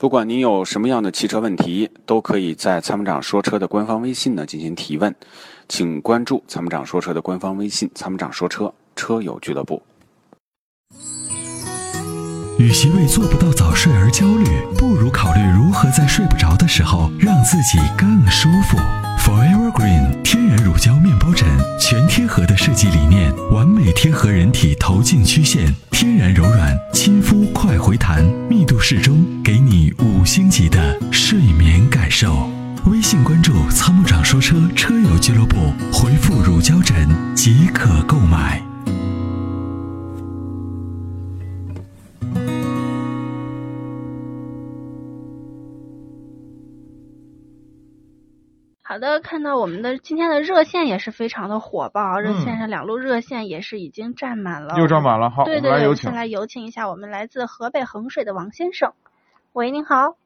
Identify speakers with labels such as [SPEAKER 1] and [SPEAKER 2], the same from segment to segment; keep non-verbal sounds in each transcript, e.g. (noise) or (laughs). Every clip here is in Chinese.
[SPEAKER 1] 不管您有什么样的汽车问题，都可以在参谋长说车的官方微信呢进行提问，请关注参谋长说车的官方微信“参谋长说车车友俱乐部
[SPEAKER 2] 与其为做不到早睡而焦虑，不如考虑如何在睡不着的时候让自己更舒服。Forever Green 天然乳胶面包枕，全贴合的设计理念，完美贴合人体头颈曲线，天然柔软，亲肤快回弹，密度适中，给你五星级的睡眠感受。微信关注“参谋长说车”车友俱乐部，回复“乳胶枕”即可购买。”。
[SPEAKER 3] 好的，看到我们的今天的热线也是非常的火爆啊，热线
[SPEAKER 4] 嗯
[SPEAKER 3] 上两路热线也是已经占满了，
[SPEAKER 4] 又占。满了，好，
[SPEAKER 3] 对对
[SPEAKER 4] 我们来
[SPEAKER 3] 对，
[SPEAKER 4] 有
[SPEAKER 3] 我
[SPEAKER 4] 请
[SPEAKER 3] 先。来有请一下我们来自河北衡水的王先生。喂，您好。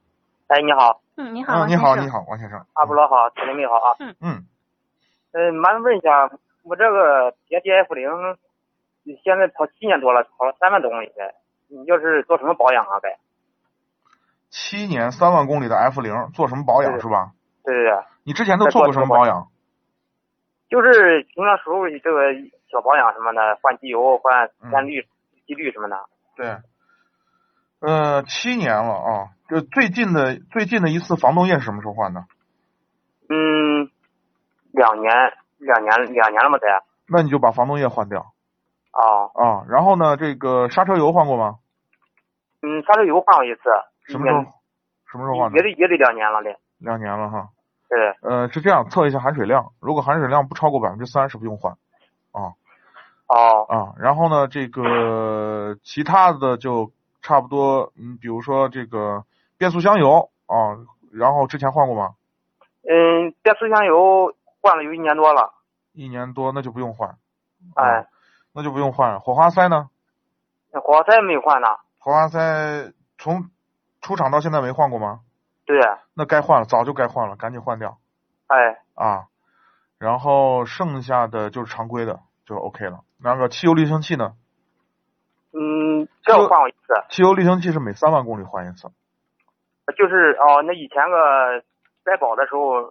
[SPEAKER 5] 哎，你好，
[SPEAKER 3] 嗯，你好，
[SPEAKER 4] 嗯，
[SPEAKER 3] 王
[SPEAKER 4] 你
[SPEAKER 3] 先
[SPEAKER 4] 好，
[SPEAKER 3] 生
[SPEAKER 4] 你。好，王先生。
[SPEAKER 5] 阿波罗好，铁林妹好啊。
[SPEAKER 4] 嗯，
[SPEAKER 5] 嗯，麻烦问一下，我这个别 D F 零，现在跑七年多了，跑了三万多公里了，你就是做什么保养啊？呗？
[SPEAKER 4] 七年三万公里的 F 零做什么保养
[SPEAKER 5] 对
[SPEAKER 4] 是吧？
[SPEAKER 5] 对对对，
[SPEAKER 4] 你之前都做过什么保养？
[SPEAKER 5] 就是平常时候这个小保养什么的，换机油、换
[SPEAKER 4] 嗯
[SPEAKER 5] 换滤、机滤什么的。
[SPEAKER 4] 对，呃，七年了啊。这最近的最近的一次防冻液是什么时候换的？
[SPEAKER 5] 嗯，两年，两年，两年了嘛，得
[SPEAKER 4] 那你就把防冻液换掉
[SPEAKER 5] 啊。
[SPEAKER 4] 啊。然后呢，这个刹车油换过吗？
[SPEAKER 5] 嗯，刹车油换过一次，
[SPEAKER 4] 什么时候？什么时候换的？
[SPEAKER 5] 也得也得两年了嘞。
[SPEAKER 4] 两年了哈。
[SPEAKER 5] 对，
[SPEAKER 4] 呃，是这样，测一下含水量，如果含水量不超过百分之三十，不用换。
[SPEAKER 5] 哦，
[SPEAKER 4] 啊，然后呢，这个其他的就差不多，嗯，比如说这个变速箱油啊，然后之前换过吗？
[SPEAKER 5] 嗯，变速箱油换了有一年多了，
[SPEAKER 4] 一年多，那就不用换，嗯
[SPEAKER 5] 哎，
[SPEAKER 4] 那就不用换了。火花塞呢？
[SPEAKER 5] 那火花塞没有换呢。
[SPEAKER 4] 火花塞从出厂到现在没换过吗？
[SPEAKER 5] 对，
[SPEAKER 4] 那该换了，早就该换了，赶紧换掉
[SPEAKER 5] 哎。
[SPEAKER 4] 啊。然后剩下的就是常规的，就 OK 了。那个汽油滤清器呢？
[SPEAKER 5] 嗯，这我换过一次，
[SPEAKER 4] 汽油滤清器是每三万公里换一次。
[SPEAKER 5] 就是哦，那以前个在保的时候，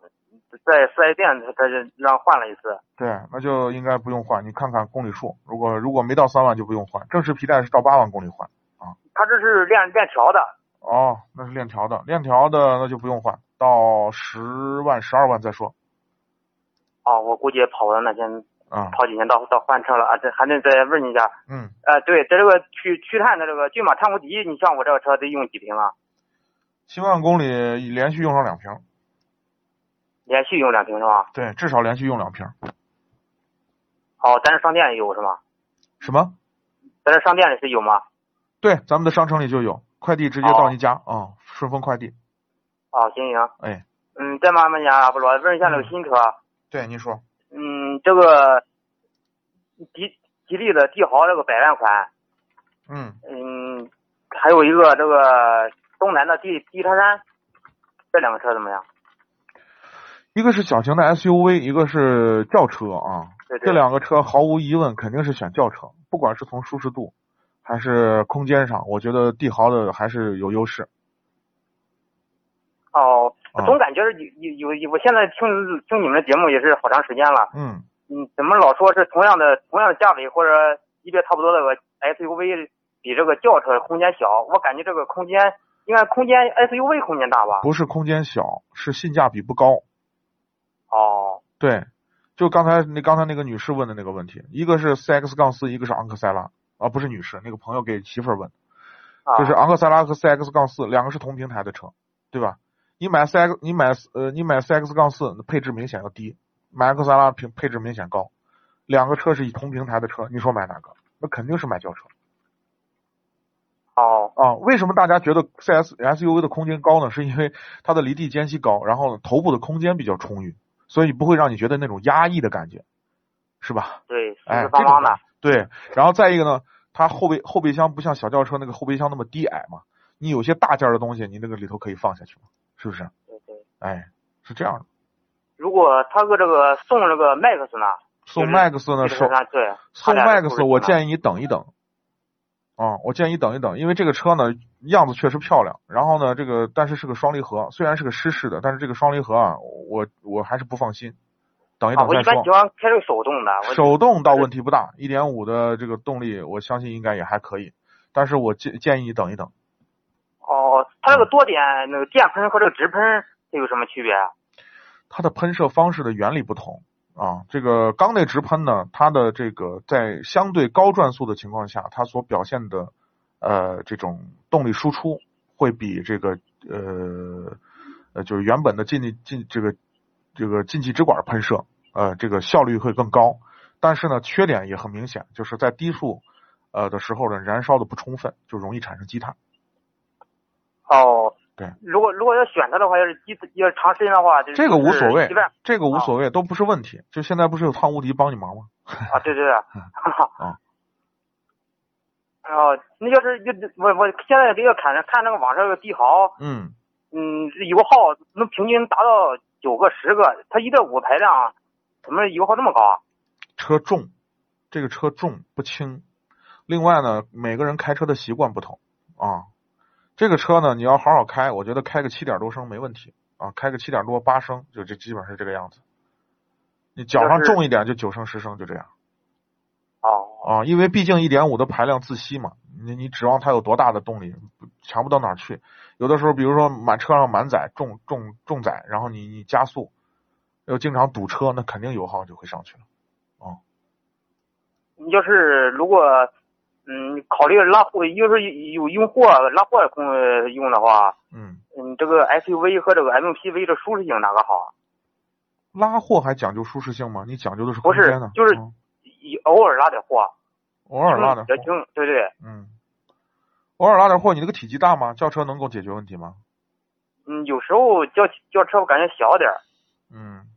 [SPEAKER 5] 在四 S 店他他就让换了一次。
[SPEAKER 4] 对，那就应该不用换。你看看公里数，如果如果没到三万就不用换。正式皮带是到八万公里换。
[SPEAKER 5] 他这是链链条的，
[SPEAKER 4] 哦，那是链条的，链条的那就不用换，到十万、十二万再说。
[SPEAKER 5] 哦，我估计也跑不到那天，
[SPEAKER 4] 啊、
[SPEAKER 5] 跑几年到到换车了啊。这还得再问一下，
[SPEAKER 4] 嗯，
[SPEAKER 5] 呃，对，在这个去去碳的这个骏马碳无敌，你像我这个车得用几瓶啊？
[SPEAKER 4] 七万公里连续用上两瓶，
[SPEAKER 5] 连续用两瓶是吧？
[SPEAKER 4] 对，至少连续用两瓶。
[SPEAKER 5] 哦，咱这商店也有是吗？
[SPEAKER 4] 什么？
[SPEAKER 5] 咱这商店里是有吗？
[SPEAKER 4] 对，咱们的商城里就有，快递直接到你家啊、顺丰快递。
[SPEAKER 5] 哦，行行，
[SPEAKER 4] 哎，
[SPEAKER 5] 嗯，再麻烦你啊，阿波罗，问一下那个新车，
[SPEAKER 4] 对，您说，
[SPEAKER 5] 嗯，这个吉吉利的帝豪这个百万款，
[SPEAKER 4] 嗯，
[SPEAKER 5] 嗯，还有一个这个东南的地地车山，这两个车怎么样？
[SPEAKER 4] 一个是小型的 SUV，一个是轿车啊。
[SPEAKER 5] 对对
[SPEAKER 4] 这两个车毫无疑问肯定是选轿车，不管是从舒适度还是空间上，我觉得帝豪的还是有优势。
[SPEAKER 5] 哦，我
[SPEAKER 4] 啊
[SPEAKER 5] 总感觉是有有有，我现在听听你们的节目也是好长时间了，
[SPEAKER 4] 嗯，
[SPEAKER 5] 嗯，怎么老说是同样的同样的价位或者级别差不多的个 SUV 比这个轿车空间小？我感觉这个空间应该空间 SUV 空间大吧？
[SPEAKER 4] 不是空间小，是性价比不高。
[SPEAKER 5] 哦，
[SPEAKER 4] 对，就刚才那刚才那个女士问的那个问题，一个是 CX 杠四，一个是昂克赛拉啊，不是女士，那个朋友给媳妇儿问，
[SPEAKER 5] 啊，
[SPEAKER 4] 就是昂克赛拉和 CX 杠四两个是同平台的车，对吧？你买 CX，你买呃，你买 CX 杠四配置明显要低，买昂克赛拉平配置明显高，两个车是以同平台的车，你说买哪个？那肯定是买轿车
[SPEAKER 5] 哦
[SPEAKER 4] 啊！为什么大家觉得 CS SUV 的空间高呢？是因为它的离地间隙高，然后头部的空间比较充裕，所以不会让你觉得那种压抑的感觉，是吧？
[SPEAKER 5] 对，四
[SPEAKER 4] 哎，
[SPEAKER 5] 四方方的，
[SPEAKER 4] 这种。对，然后再一个呢，它后备后备箱不像小轿车那个后备箱那么低矮嘛，你有些大件儿的东西，你那个里头可以放下去嘛，是不是？
[SPEAKER 5] 对对。
[SPEAKER 4] 哎，是这样的。
[SPEAKER 5] 如果他个这个送这个 Max 呢？
[SPEAKER 4] 送
[SPEAKER 5] 就是
[SPEAKER 4] Max 呢，
[SPEAKER 5] 地
[SPEAKER 4] 手
[SPEAKER 5] 车山对，
[SPEAKER 4] 送
[SPEAKER 5] 他俩是不
[SPEAKER 4] Max，
[SPEAKER 5] 是
[SPEAKER 4] 我
[SPEAKER 5] 同样的
[SPEAKER 4] 建议你等一等，啊，我建议等一等，因为这个车呢样子确实漂亮，然后呢这个但是是个双离合，虽然是个湿式的，但是这个双离合啊，我我还是不放心，等一
[SPEAKER 5] 啊，
[SPEAKER 4] 等
[SPEAKER 5] 我一
[SPEAKER 4] 再
[SPEAKER 5] 般喜
[SPEAKER 4] 说。
[SPEAKER 5] 欢开这个手动的，我
[SPEAKER 4] 手动倒问题不大，一点五的这个动力我相信应该也还可以，但是我建建议你等一等。
[SPEAKER 5] 哦，
[SPEAKER 4] 嗯
[SPEAKER 5] 它这个多点那个电喷和这个直喷这有什么区别啊？
[SPEAKER 4] 它的喷射方式的原理不同啊。这个缸内直喷呢，它的这个在相对高转速的情况下，它所表现的呃这种动力输出会比这个呃呃就是原本的进气进这个这个进气支管喷射呃这个效率会更高，但是呢缺点也很明显，就是在低速呃的时候呢燃烧的不充分，就容易产生积碳。
[SPEAKER 5] 哦，
[SPEAKER 4] 对，
[SPEAKER 5] 如果如果要选它的话，要是机要是长时间的话，就是
[SPEAKER 4] 这个无所谓
[SPEAKER 5] 一啊万，
[SPEAKER 4] 这个无所谓，都不是问题。就现在不是有烫无敌帮你忙吗？
[SPEAKER 5] 啊，对对对，
[SPEAKER 4] 啊
[SPEAKER 5] (laughs) 啊。然后，哦那要是就我我现在这个看看那个网上这个帝豪，
[SPEAKER 4] 嗯，
[SPEAKER 5] 嗯，油耗能平均达到九个十个，它一点五排量，怎么油耗这么高啊？
[SPEAKER 4] 车重，这个车重不轻。另外呢，每个人开车的习惯不同啊。这个车呢，你要好好开，我觉得开个七点多升没问题啊，开个七点多八升就这基本上是这个样子。你脚上
[SPEAKER 5] 就是
[SPEAKER 4] 重一点就九升十升就这样
[SPEAKER 5] 哦，
[SPEAKER 4] 啊，因为毕竟一点五的排量自吸嘛，你你指望它有多大的动力，不强不到哪儿去。有的时候，比如说满车上满载重重重载，然后你你加速，又经常堵车，那肯定油耗就会上去了。
[SPEAKER 5] 你要是如果嗯考虑拉货，要是有有用货拉货工呃用的话，
[SPEAKER 4] 嗯。
[SPEAKER 5] 嗯，这个 SUV 和这个 MPV 这舒适性哪个好啊？
[SPEAKER 4] 拉货还讲究舒适性吗？你讲究的是空
[SPEAKER 5] 不是
[SPEAKER 4] 间呢，
[SPEAKER 5] 就是
[SPEAKER 4] 嗯
[SPEAKER 5] 一偶尔拉点货，
[SPEAKER 4] 偶尔拉点
[SPEAKER 5] 比较
[SPEAKER 4] 货，
[SPEAKER 5] 轻，对对，
[SPEAKER 4] 嗯，偶尔拉点货，你那个体积大吗？轿车能够解决问题吗？
[SPEAKER 5] 嗯，有时候轿轿车我感觉小点儿，
[SPEAKER 4] 嗯，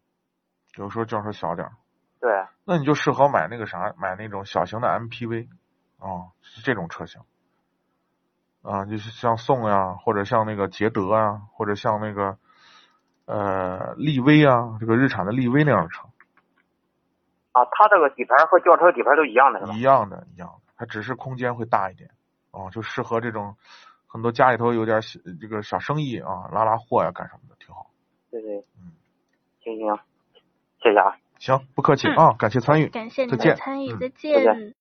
[SPEAKER 4] 有时候轿车小点儿，
[SPEAKER 5] 对，
[SPEAKER 4] 那你就适合买那个啥，买那种小型的 MPV 啊、是这种车型啊，就是像宋呀，或者像那个捷德啊，或者像那个呃力威啊，这个日产的力威那样的车，
[SPEAKER 5] 啊，它这个底盘和轿车底盘都一样的是吧
[SPEAKER 4] 一？样的，一样的，它只是空间会大一点，啊，就适合这种很多家里头有点小这个小生意啊，拉拉货呀、干什么的，挺好。
[SPEAKER 5] 对对
[SPEAKER 4] 嗯，
[SPEAKER 5] 行行，谢谢啊。
[SPEAKER 4] 行，不客气、
[SPEAKER 3] 嗯
[SPEAKER 4] 啊，感谢参与。
[SPEAKER 3] 感谢你
[SPEAKER 4] 再见
[SPEAKER 3] 的参与，
[SPEAKER 4] 嗯
[SPEAKER 3] 再
[SPEAKER 5] 见
[SPEAKER 3] 见